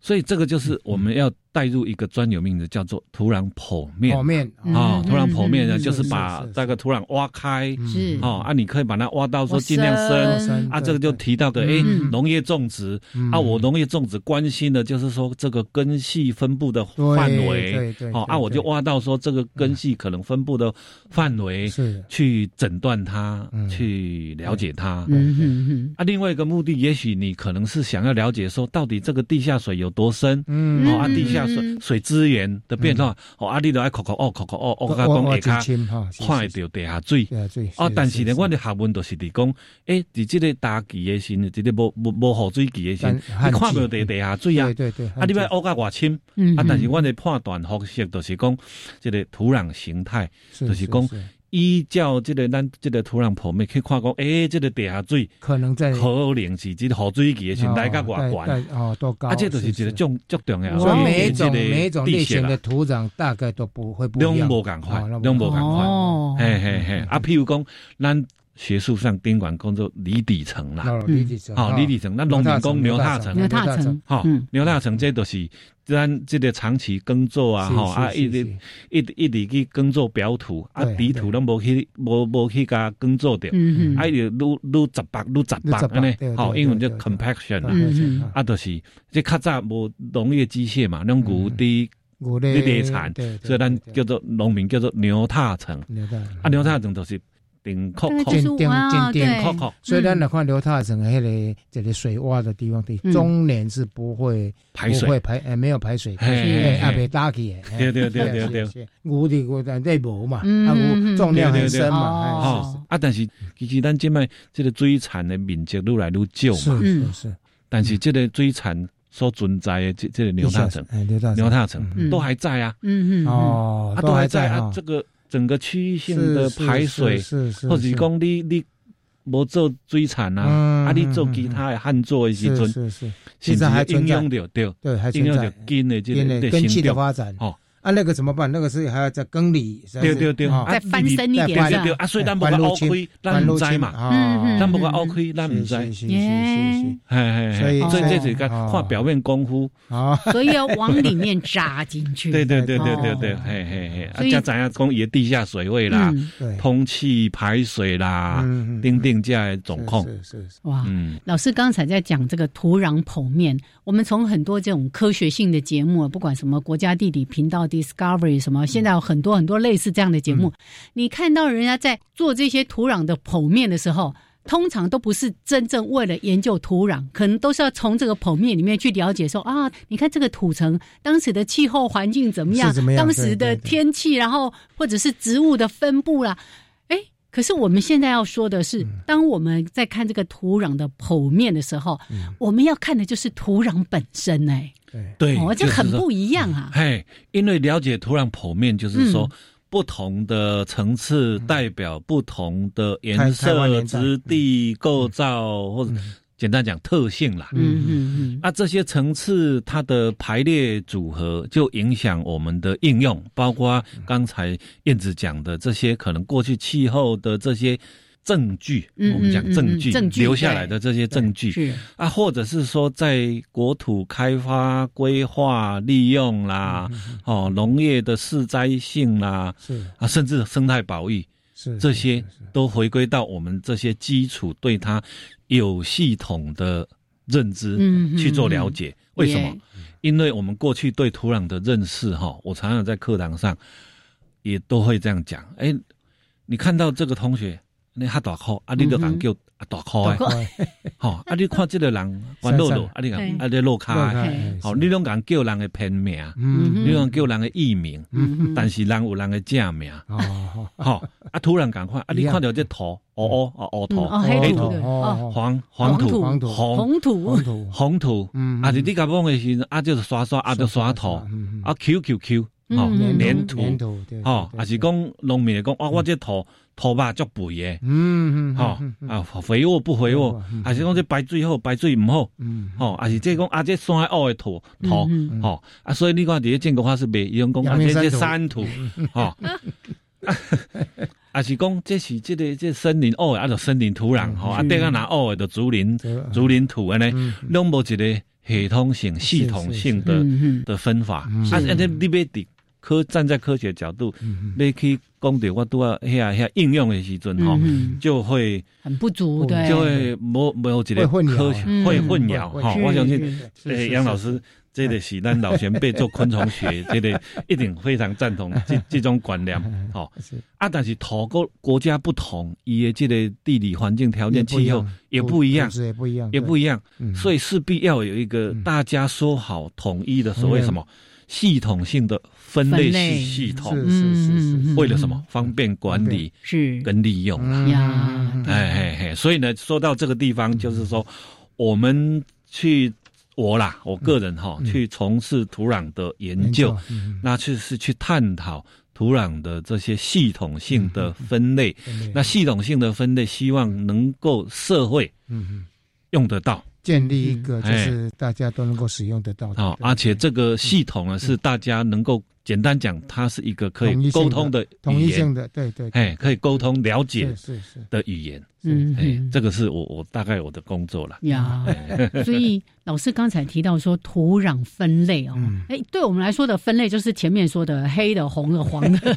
所以这个就是我们要带入一个专有名词，叫做土壤剖面。表面哦嗯啊、土壤剖面嗯呢，嗯就是是把是嗯是那个土壤挖开，是哦啊，你可以把它挖到说我尽量深深嗯啊，这个就提到的，哎嗯，农业种植啊，我农业种植关心的就是说这个根系分布的范围，对对嗯哦，啊，我就挖到说这个根系可能分布的范围，是去诊断它，嗯去了解它。嗯嗯嗯，啊，另外一个目的，也许你可能是想要了解说，到底这个地下水有多深。嗯哦，啊，地下水嗯水资源的变化，哦，啊，你都爱考考哦，考考哦，我甲我讲我会最较深哈，是看会是到地下水。对啊，最哦，但是呢，我的的学问就是伫讲，诶，伫即个大期的时候，伫个无无无雨水期的时候，干旱你看季不到地地下水啊对。对对，啊，你要挖到偌深，嗯啊，但是嗯我的判断方式就是讲，即个土壤形态，就就是讲依照即个咱即个土壤剖面去看讲，诶，即个地下水可能在可能是即个雨水期的时候来到偌哦悬，在在哦多高，啊，这就是一个种。重足重要的。哦所以每一种这个每一种地类形啊型啦的土壤大概都不会不一拢样，无共哦款，拢拢无不共款。哦嘿嘿嗯嘿，啊，譬如讲，咱学术上顶管工作李底层啦，哦李子成好，嗯李底层，咱农民工牛踏层牛牛踏踏层层，哈嗯，牛踏层这都是咱这个长期耕作啊，是吼是啊，是一直是一直一直去耕作表土，啊对，底土对拢无去无无去甲耕作着，嗯嗯，啊，伊就愈愈杂白愈杂白越杂白安尼对，对吼，对英文叫对对 compaction 啦，嗯嗯啊，就是这较早无农业机械嘛，用牛嗯猪。我的你地产所以咱叫做农民叫做牛踏层，牛踏啊，牛踏层就是顶扣大概扣就是顶哇，顶顶对扣，扣所以咱来看牛踏层迄个这个水洼的地方，对嗯中年是不会排不会水，排诶没有排水，嘿哎嘿也嘿袂打起的。嘿对对对对是对，是牛的牛的内无嘛，嗯啊牛重量很深嘛，哦哦，啊，但是其实咱即摆即个水产的面积愈来愈哎少嘛，是嗯是是，但是即个水产所存在的即即个牛踏层、哎牛踏牛踏层嗯都还在啊，嗯嗯，哦，哦啊都还在啊哈，这个整个区域性的是是排水，是是，或者是讲你你无做水产啊，嗯啊你做嗯其嗯他的旱作的时是阵，是是，是现不在还是存应在用着对？对，还应存用在着。根的这因个为这根系形的状。发展，哦，啊，那个怎么办？那个是还要在耕里，是不对是对对，哦啊再翻身一再点翻对的对，对啊，所以咱不翻管路凹清亏，咱翻唔路知清嘛，嗯咱哦不管凹亏，咱唔知，是嘿是是耶是是嘿，嘿所以所以这所是以看哦看表面功夫，是，啊， 所以要往里面扎进嗯去，对对对对哦对对，嘿嘿嘿，啊所以，加咱要讲也地下水位啦，嗯对，空气排水啦，嗯嗯定定价的总是控，是是是，哇，嗯，老师刚才在讲这个土壤剖面，我们从很多这种科学性的节目，不管什么国家地理频道、Discovery 什么，现在有很嗯多很多类似这样的节目。你看到人家在做这些土壤的剖面的时候，通常都不是真正为了研究土壤，可能都是要从这个剖面里面去了解说啊，你看这个土层当时的气候环境怎么样，是怎么样当时对的对对天气，然后或者是植物的分布啦。哎，可是我们现在要说的是，嗯当我们在看这个土壤的剖面的时候，我们要看的就是土壤本身哎、对，哦，这就是很说不一样啊。嘿，因为了解土壤剖面，就是说、嗯不同的层次代表不同的台颜台湾色、年代质地、构造，或者简单讲特性啦。嗯嗯嗯，啊，这些层次它的排列组合就影响我们的应用，包括嗯刚才燕子讲的这些可能过去气候的这些证据，嗯我们讲嗯嗯证嗯据证据留下来的这些证据是啊，或者是说在国土开发规划利用啦，嗯哦，农业的适栽性啦，是啊，甚至生态保育，是这些都回归到我们这些基础对它有系统的认知嗯嗯去做了解。为什么也？因为我们过去对土壤的认识，哈，我常常在课堂上也都会这样讲。哎，你看到这个同学，那他大块，啊，你就嗯讲哼叫啊大块大块的，吼，啊，你看这个人管落 落，啊，你讲嘿啊，你落落卡脚的的，吼，你拢敢叫人的偏名，嗯哼你拢叫人的艺名嗯哼，但是人有人的正名，哦，吼，啊，突然赶快，啊，一你样看到这土，哦哦哦哦土，嗯哦黑土对哦黄黄土，黄土红黄土红土，嗯啊，是你甲摸的时候，啊，就是刷刷，啊，就刷土，啊，Q Q Q，吼嗯嗯，粘粘土土对，吼，啊是讲农民来讲，哇，我这土土肉足肥的，嗯嗯，吼嗯，啊，肥沃不肥沃，啊是讲这排水好，排水唔好，嗯，吼，啊是这讲啊这山凹的土土嗯，吼，啊所以你看伫咧建国花市卖，伊讲讲阳啊明这这山山土，吼。啊是讲这是这个这森林哦，啊就森林土壤吼，啊嗯对个若哦的就竹林对竹林土安嗯尼，拢无一个系统性、系统性的是是嗯嗯的分法。嗯啊，是安尼你要伫科站在科学角度，要去讲到我拄啊遐遐应用的时阵吼嗯嗯，就会很不足，对，就会无无有一个会混淆科学嗯会混淆会吼。是我相是信是是诶是杨老师。这个是咱老前辈做昆虫学，这个一定非常赞同这这种观念，吼、啊，但是土国国家不同，伊的这个地理环境条件、气候也不一样，土质也不一样，也不一样，嗯所以势必要有一个大家说好统一的所谓什么系统性的分类分类系系统，是是是是嗯是为了什么方便管理是跟利用啊。呀，嗯哎嘿嘿，所以呢，说到这个地方，就是说我们去我啦，我个人哈、去从事土壤的研究，研究嗯那去是去探讨。土壤的这些系统性的分类，嗯那系统性的分类，希望能够社会嗯嗯，用得到建立一个就是大家都能够使用得到的嗯哎啊、哦，而且这个系统呢是大家能够简单讲，它是一个可以沟通的统一语言性的，对对，哎，可以沟通了解是是是的语言，嗯哎，这个是我我大概我的工作了。，呀所以老师刚才提到说土壤分类哦，哎、对我们来说的分类就是前面说的黑的、红的、黄的，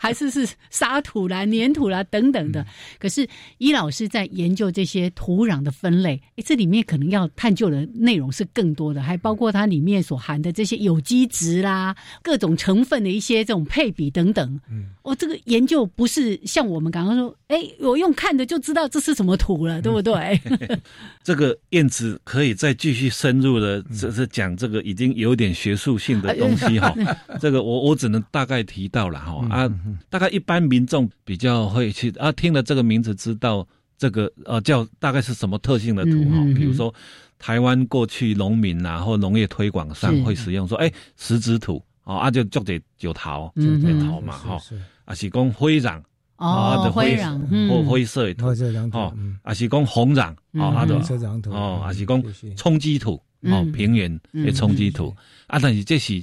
还是是沙土啦、粘土啦等等的。可是伊老师在研究这些土壤的分类，哎，这里面可能要探究的内容是更多的，还包括它里面所含的这些有机质啦、各种成分的一些这种配比等等。哦，这个研究不是像我们刚刚说，哎，我用看的就知道这是什么土了，对不对？这个燕子可以再继续深入的，嗯这是讲这个已经有点学术性啊的东 西哈。嗯这个我我只能大概提到了哈啊，大概一般民众比较会去啊，听了这个名字知道这个呃叫大概是什么特性的土哈嗯嗯嗯，比如说台湾过去农民啊或农业推广上是会使用说哎石子土哦啊就就得九桃嗯这嗯桃嘛哈是是是啊是讲灰壤。哦啊就灰壤或嗯灰色的土，或者壤土哦，啊是讲红壤，哦，嗯啊就这壤土哦，啊是讲冲击土，哦嗯，平原的冲击土，啊，但是这是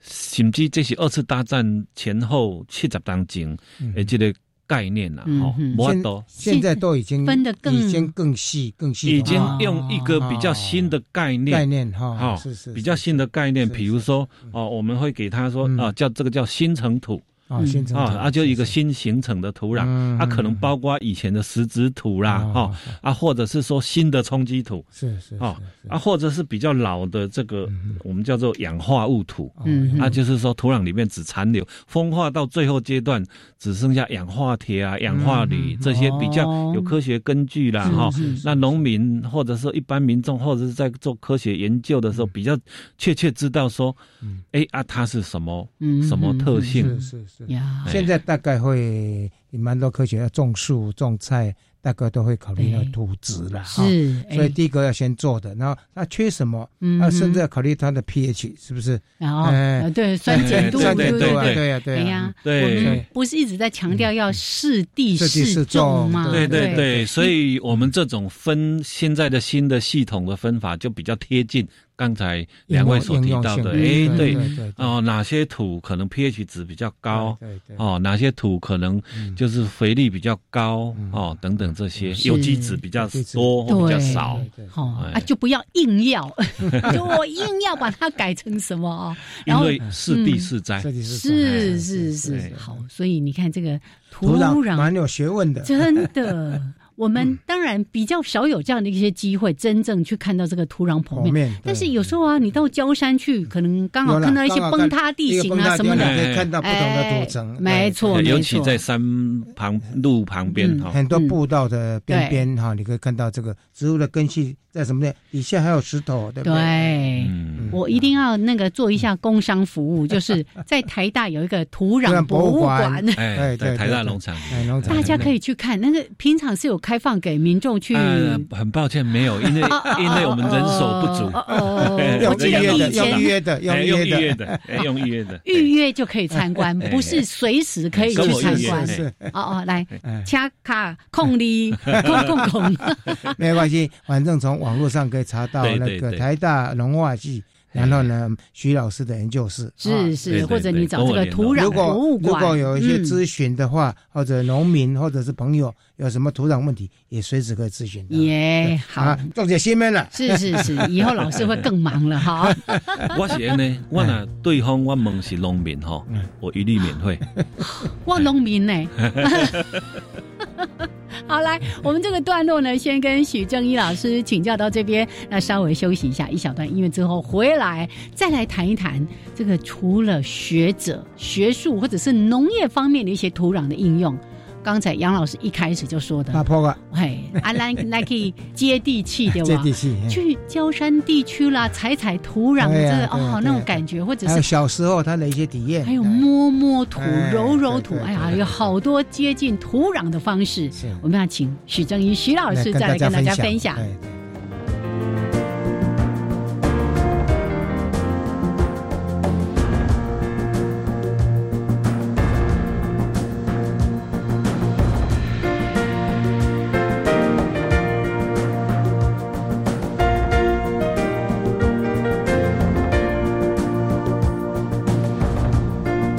甚至这是二次大战前后七十当中的这个概念啦，嗯哦，嗯无法现度现在都已经分得更已经更细更细已统经了，用一个比较新的概念概念哈哦是是比较新的概念，比如说哦，我们会给他说啊，叫这个叫新城土，啊，新成啊，啊，就一个新形成的土壤，嗯它、可能包括以前的石质土啦，哈、哦啊，或者是说新的冲积土，是是哦，啊，或者是比较老的这个、我们叫做氧化物土，嗯啊，就是说土壤里面只残留风化到最后阶段只剩下氧化铁嗯啊、氧化铝、这些比较有科学根据啦，哈、哦是是是哦那农民或者说一般民众或者是在做科学研究的时嗯候，比较确切知道说，哎、啊，它是什么、嗯什么特性，是是是呀哎现在大概会蛮多科学要种树、种菜，大概都会考虑到土质了哈。是哎所以第啊一个要先做的，然后它缺什么，嗯那甚至要考虑它的 pH 是不是？然后哎呃对酸碱度酸对碱不度啊，对对呀对哎呀呀，，对嗯我们不是一直在强调要适地适地适种种吗？对对对，所以我们这种分现在的新的系统的分法就比较贴近刚才两位所提到应的，哎，用应用性对对对对对，哦，哪些土可能 pH 值比较高对对，哦，哪些土可能就是肥力比较高，哦，等等这些有机质比较多对或比较少，好啊，哎就不要硬 要，就我硬要把它改成什么哦，然因后为是地嗯是灾，哎是是是，好，所以你看这个土土壤蛮 有学问的，真的，我嗯们当然比较少有这样的一些机会，真正去看到这个土壤剖剖面面对。但是有时候啊，你到焦山去，可能刚好有啦看到一些刚好崩看塌地形啊一个什么崩塌地的，形可以看到不同的哎土层没错，尤没其错。在山旁路旁边嗯哦哈，很多步道的边边哈，你可以看到这个植物的根系在什么呢？底下还有石头，对不对，嗯嗯我一定要那个做一下工商服务，就是在台大有一个土土壤壤博博物物馆馆，对对哎，在台大对农场。哎，农场大家可以去看。那个平常是有开放给民众去呃，很抱歉，没有，因为因为我们人手不足哦哦哦哦哎我记得人手以前不足用预约的用哎预用约的预约的，哎用预约的。 预约就可以参观，哎不是随时可以跟去我参预约观是。哦哦，来，哎掐卡控力控控控，没关系，反正从网络上可以查到对那对个对台大农化系，然后呢，徐老师的研究室是啊对是，对或者你找这个土壤如果博物如馆，果有一些嗯咨询的话，或者农民或者是朋友有什么土壤问题，也随时可以咨询的。耶，好啊，，重点新面了，是是是，以后老师会更忙了 哈。我是安尼，我若对方我问是农民吼，我一律免费。我农民呢、 好，来，我们这个段落呢，先跟许正一老师请教到这边，那稍微休息一下，一小段音乐之后回来，再来谈一谈这个除了学者、学术或者是农业方面的一些土壤的应用。刚才杨老师一开始就说大的，破个嘿，阿兰来可以接地气 对这吧啊地？气。哎嘿去郊山地区啦，踩踩土壤，嗯对这啊个对啊哦对啊那种感觉，或者还是有小时候他的一些体验，还有摸摸土、哎揉揉土对，对哎呀，对有好多接近土壤的方式是。我们要请许正一许老师再来跟大家分享。对《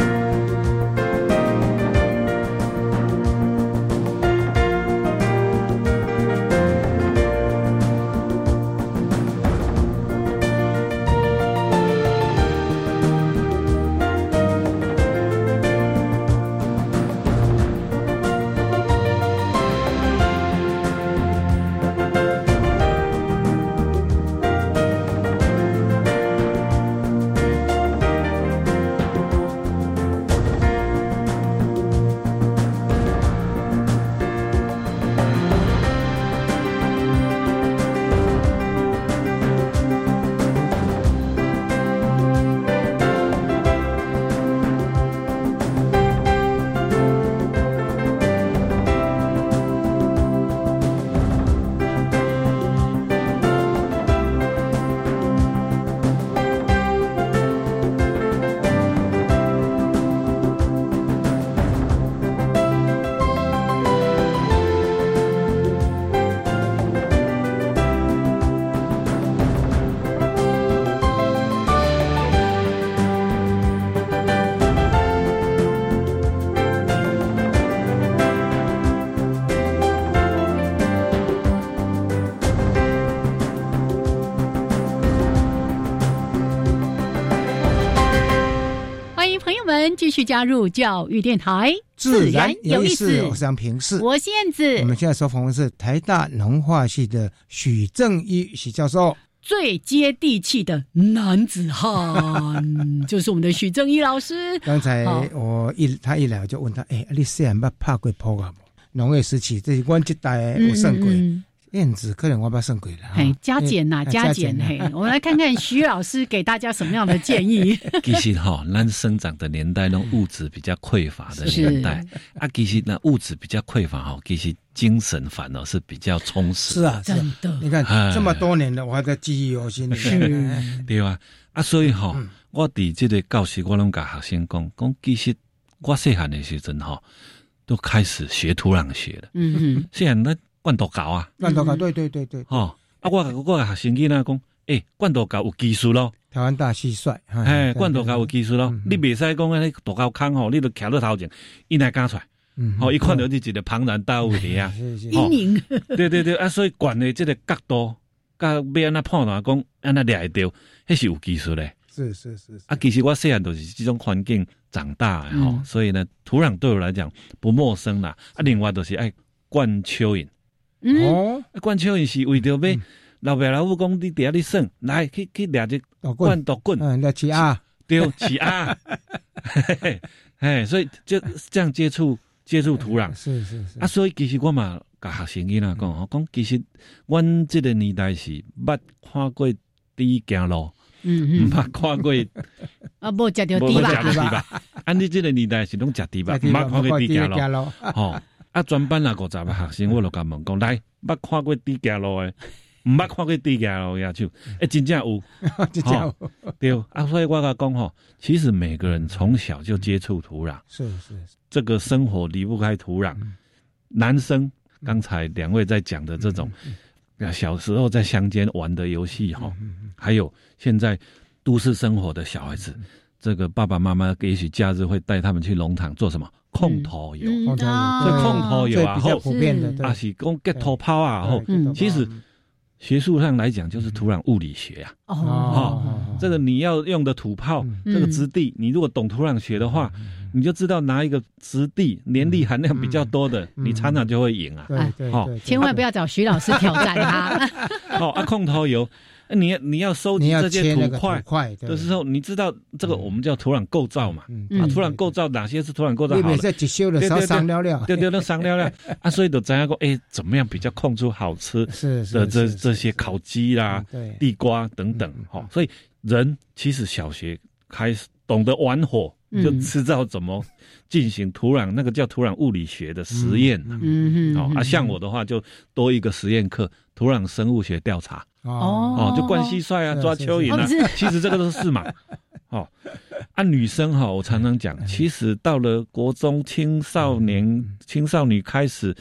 续加入教育电台，自然有意思，我是我杨平视。是燕子我。们现在说访问是台大农化系的许正一许教授。最接地气的男子 汉，就是我们的许正一老师。刚才好我一他一来我就问他，哎、你虽然捌拍过波啊无？农业时期，这是阮这代嗯有算过。嗯嗯燕子可能我捌算过啦。嘿哈，加减呐，哎加减啦 嘿，我们来看看徐老师给大家什么样的建议。 其实哈、咱生长的年代，那种物质比较匮乏的年代啊，其实那物质比较匮乏哈，其实精神反而是比较充实。是啊，是啊，你看哎这么多年了，我还在记忆犹新。 是对吧？啊，所以吼、嗯我伫即个教室，我拢甲学生讲，讲其实我细汉的时阵吼、都开始学土壤学了。嗯嗯，虽然咱灌土教啊，乱糟糕，对对对对，吼、啊，我我甲学生囡仔讲，诶、灌土教有技术咯，台湾大蟋蟀，嘿，灌土教有技术嗯咯，你袂使讲安尼土教空吼，你都徛到头前，伊来敢出来。嗯吼、伊哦看到你一个庞然大物的啊，吼阴影， 对对对啊，所以管的这个角度，甲要安那判断讲安那掠会着，迄是有技术嘞。是是是，啊，其实我虽然都是这种环境长大的吼、嗯所以呢，土壤对我来讲不陌生啦。啊，另外就是爱灌蚯蚓，哦，啊，灌蚯蚓是为着要老爸老母讲你伫遐咧耍，来去去掠只灌毒棍，嗯，那其啊，对，起啊， 嘿嘿嘿，所以就这样接触接触土壤。是是是，啊，所以其实我嘛甲学生囡仔讲吼，讲其实阮即个年代是捌看过猪行路，毋嗯嗯，捌看过啊，无食到无低捌食过猪吧，吧？啊，你即个年代是拢食 猪吧？食毋猪肉捌看过猪行不看猪走路路，吼！啊，全班啊五十个学生，我就甲问讲，来，捌看过猪行路诶？毋捌看过猪行路野手，诶，真正有，就啊这样吼，对啊，所以我甲讲吼，其实每个人从小就接触土壤，是是是，这个生活离不开土壤。男生刚才两位在讲的这种，啊小时候在乡间玩的游戏哈，嗯还有现在都市生活的小孩嗯子，这个爸爸妈妈也许假日会带他们去农场做什么嗯空投游，空投啊哦所以空投游这啊，比较后普遍的，啊对，是讲 get 头抛啊，后对嗯 get 头其实学术上来讲就是土壤物理学啊。哦，这个你要用的土炮，嗯这个质地，你如果懂土壤学的话，嗯你就知道拿一个质地粘力含量比较多的，嗯你常常就会赢啊。对对好对，千万不要找徐老师挑战 他。哦，啊，控头油，啊你要你要收集你要这切些那土个块土块对的时候，你知道这个我们叫土壤构造嘛？嗯啊，嗯土壤构造哪些是土壤构造你好别了？再一修了，对少对对伤了了，对对，那商量量啊，所以都咱样讲，哎，怎么样比较控出好吃是是的是这是这些烤鸡啦嗯对、地瓜等等，哈，所以人其实小学开始懂得玩火，嗯就知道怎么进行土壤那个叫土壤物理学的实验啊嗯哦嗯，啊，像我的话就多一个实验课，土壤生物学调查，哦，就灌蟋蟀啊，是啊抓是啊蚯蚓哦是啊， 其实这个都是嘛。哦，啊，女生哈、我常常讲，其实到了国中青少年、青少女开始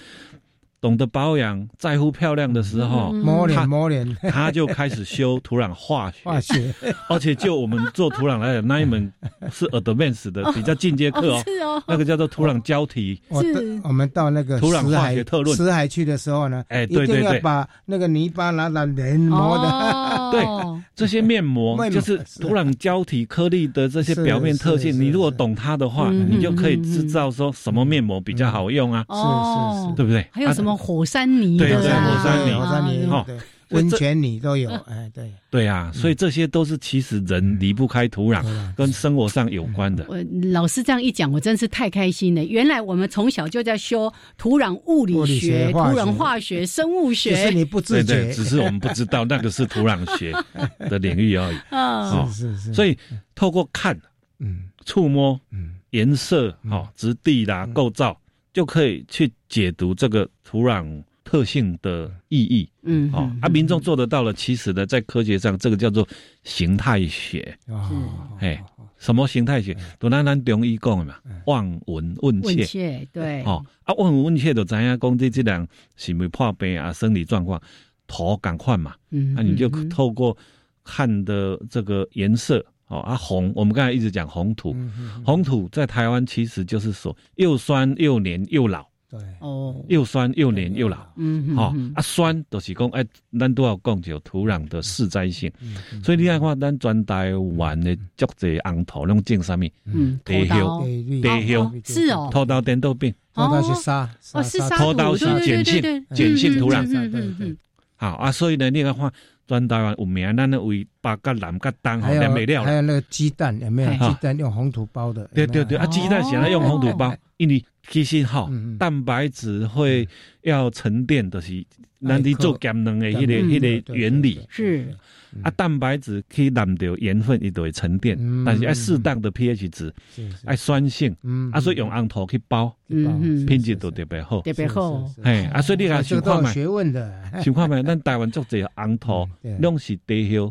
懂得保养、在乎漂亮的时候，磨脸她磨 脸，她就开始修土壤化学，化学而且就我们做土壤来讲，那一门是 advanced 的比较进阶课哦，是哦，那个叫做土壤胶体。我的我们到那个土壤死化海学特论死海去的时候呢，哎一对定对要对把那个泥巴拿来人磨的， 对哦，这 些面膜面膜就是是土壤胶体颗粒的这些是表面特是是性，你如果懂它的话，嗯你就可以知道说什么面膜比较好用啊，哦是是是对不对？啊还有什么火山泥对的对啦？火山泥火山泥啊哦对所以温这泉泥都有，哎对，啊？对嗯啊，所以这些都是其实人离不开土壤对啊跟生活上有关的。我老师这样一讲，我真是太开心了。原来我们从小就在修土壤物理物理学、学土化壤学化学、生物只是学，你不对自对，觉，只是我们不知道那个是土壤 学的领域而已。嗯，哦是是，所以以透过看、嗯触摸、嗯颜色、嗯哦、质地啦、构造，就可以去解读这个土壤特性的意义。嗯，哦嗯，啊，民众做得到了，其实呢，在科学上，这个叫做形态学。哦哎，什么形态学？都咱咱中医讲的嘛，望闻问嗯问切。切嗯对，哦，啊，望闻问切就知影讲这这人是咪破病啊，生理状况，头赶快嘛，嗯，那、啊、你就嗯嗯透过看的这个颜色。哦啊红，我们刚嗯才嗯一直讲红土，红土在台湾其实就是说又酸又黏又老，对，哦，又酸又黏又老，嗯好、嗯啊，酸就是讲，哎，咱都要讲究土壤的适栽性，嗯所以你看看咱全台湾的足侪红土拢种啥物，嗯地土豆香，地哦香哦是哦土豆颠豆病，哦土豆是沙哦是沙土豆土是对对碱对对对性碱性嗯土壤嗯，嗯嗯嗯好啊，所以呢，你看看全台湾有名，咱的为北甲南甲东吼还连有袂了还啦，有那个鸡蛋有没有？啊鸡蛋用红土包的，对对对，哦啊，鸡蛋显然用红土哎包，因为其实哈，嗯蛋白质会要沉淀，就是咱伫做咸蛋哎的迄个嗯迄个原理。是嗯啊，蛋白质可以染掉盐分，伊就会沉淀，但是要嗯适当的 pH 值，要酸性，啊，所以用红土去包，嗯嗯品质都特别好。特别好，嘿，啊，所以你啊看这个想都看有嘛，学问的，想看嘛，咱台湾足侪 红土对，拢是地丘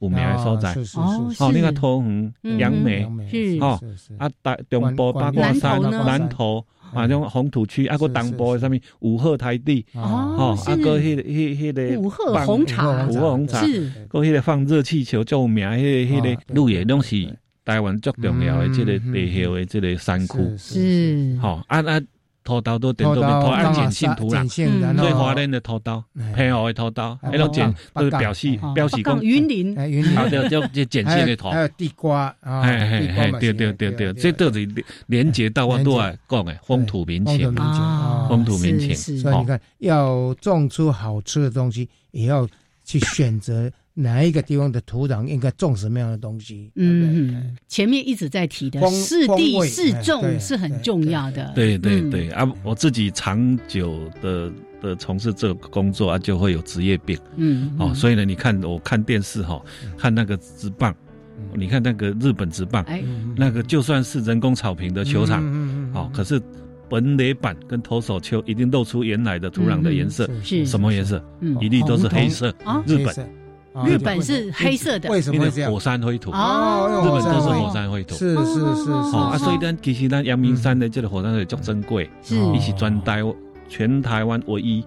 有名的所在哦是是。是哦是，你看桃园嗯、杨梅杨梅，是哦是是，啊，大中部八关卦山、南投呢嗯南投啊，种红土区，啊，个东部的什么五鹤台地，哦啊是个迄个迄迄个五鹤放红茶五鹤红茶，是个迄个放热气球就有哦名，迄个迄个路野拢是台湾最重要的嗯这个地形的这个山区，是吼啊啊。土豆都等到变土，啊，碱性土壤，所以华人的土豆，平湖的土豆，迄种碱都表示哦表示讲港云林，云林啊，就就就碱性的土，还有地瓜啊，嘿地瓜嘿嘛啊嘿，对对对对，这都是连接到我都来讲的风土民情，啊风土民情，所以你看，要种出好吃的东西，也要去选择哪一个地方的土壤应该种什么样的东西。嗯哎嗯，前面一直在提的风适风地味适哎种对是很重要的，对对嗯对啊，我自己长久的的从事这个工作啊，就会有职业病，嗯哦，以所以呢，你看我看电视哈，看那个直棒，嗯哦你看那个日本直棒，哎，那个就算是人工草坪的球场，嗯哦，可是本垒板跟投手球一定露出原来的土壤的颜色嗯，是什么颜色嗯？一律都是黑色哦，哦日黑本色。日本是黑色的，为什因么为会这样？火山灰土，哦日本都是火山灰土，是是是是哦啊，所以咱其实咱阳明山的这个火山灰土珍贵，是一起专台全台湾唯一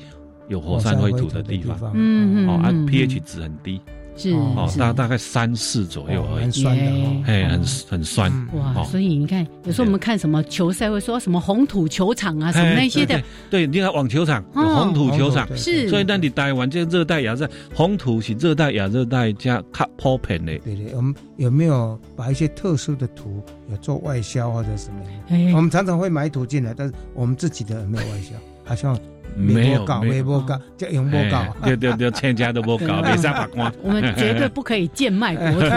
有火山灰土的地方，嗯嗯哦啊嗯嗯，pH 值很低，是哦，是大大概三四左右而已，蛮酸的哦。哎嘿，很很酸，嗯哇，哦所以你看，有时候我们看什么球赛会说什么红土球场啊，什么哎那些的对，对，对你看网球场、有哦红土球红场土对是所以那你台湾这热带、亚热带，红土是热带、亚热带加较普遍的，对对，我们有没有把一些特殊的土有做外销或者什么？哎我，们常常会买土进来，但是我们自己的没有外销，好像没有搞，没没有播嗯搞，叫用播搞哎。对对对，欠家都不 。搞，没啥把关我们绝对不可以贱卖国土，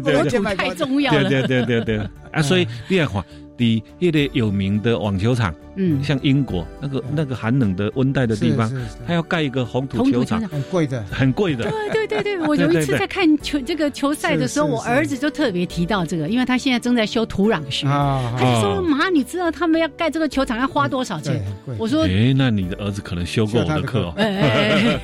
对国对土太重要对了。对对对对啊！所以你看看，第一个有名的网球场，嗯，像英国那个那个寒冷的温带哎的地方是是是，它要盖一个红土红土球球场场，很贵的，很贵的。对对对，我有一次在看球这个球赛的时候，是是我儿子就特别提到这个，因为他现在正在修土壤学，啊他就说哦妈，你知道他们要盖这个球场要花多少钱对很？贵我说哎，那你的儿子可能修过我的课哦。哎哎哎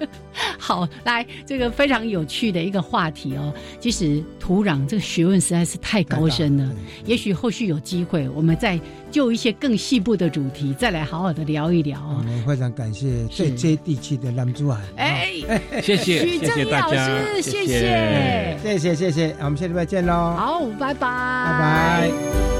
哎 好，来这个非常有趣的一个话题哦。其实土壤这个学问实在是太高深了，也许后续有机会，我们再就一些更细部的主题，再来好好的聊一聊我哦。们非常感谢最是接地气的男主啊！哎，谢谢，许谢正谢义大老家，师，谢谢谢，谢谢谢谢，我们下礼拜见喽，好，拜拜，拜拜拜。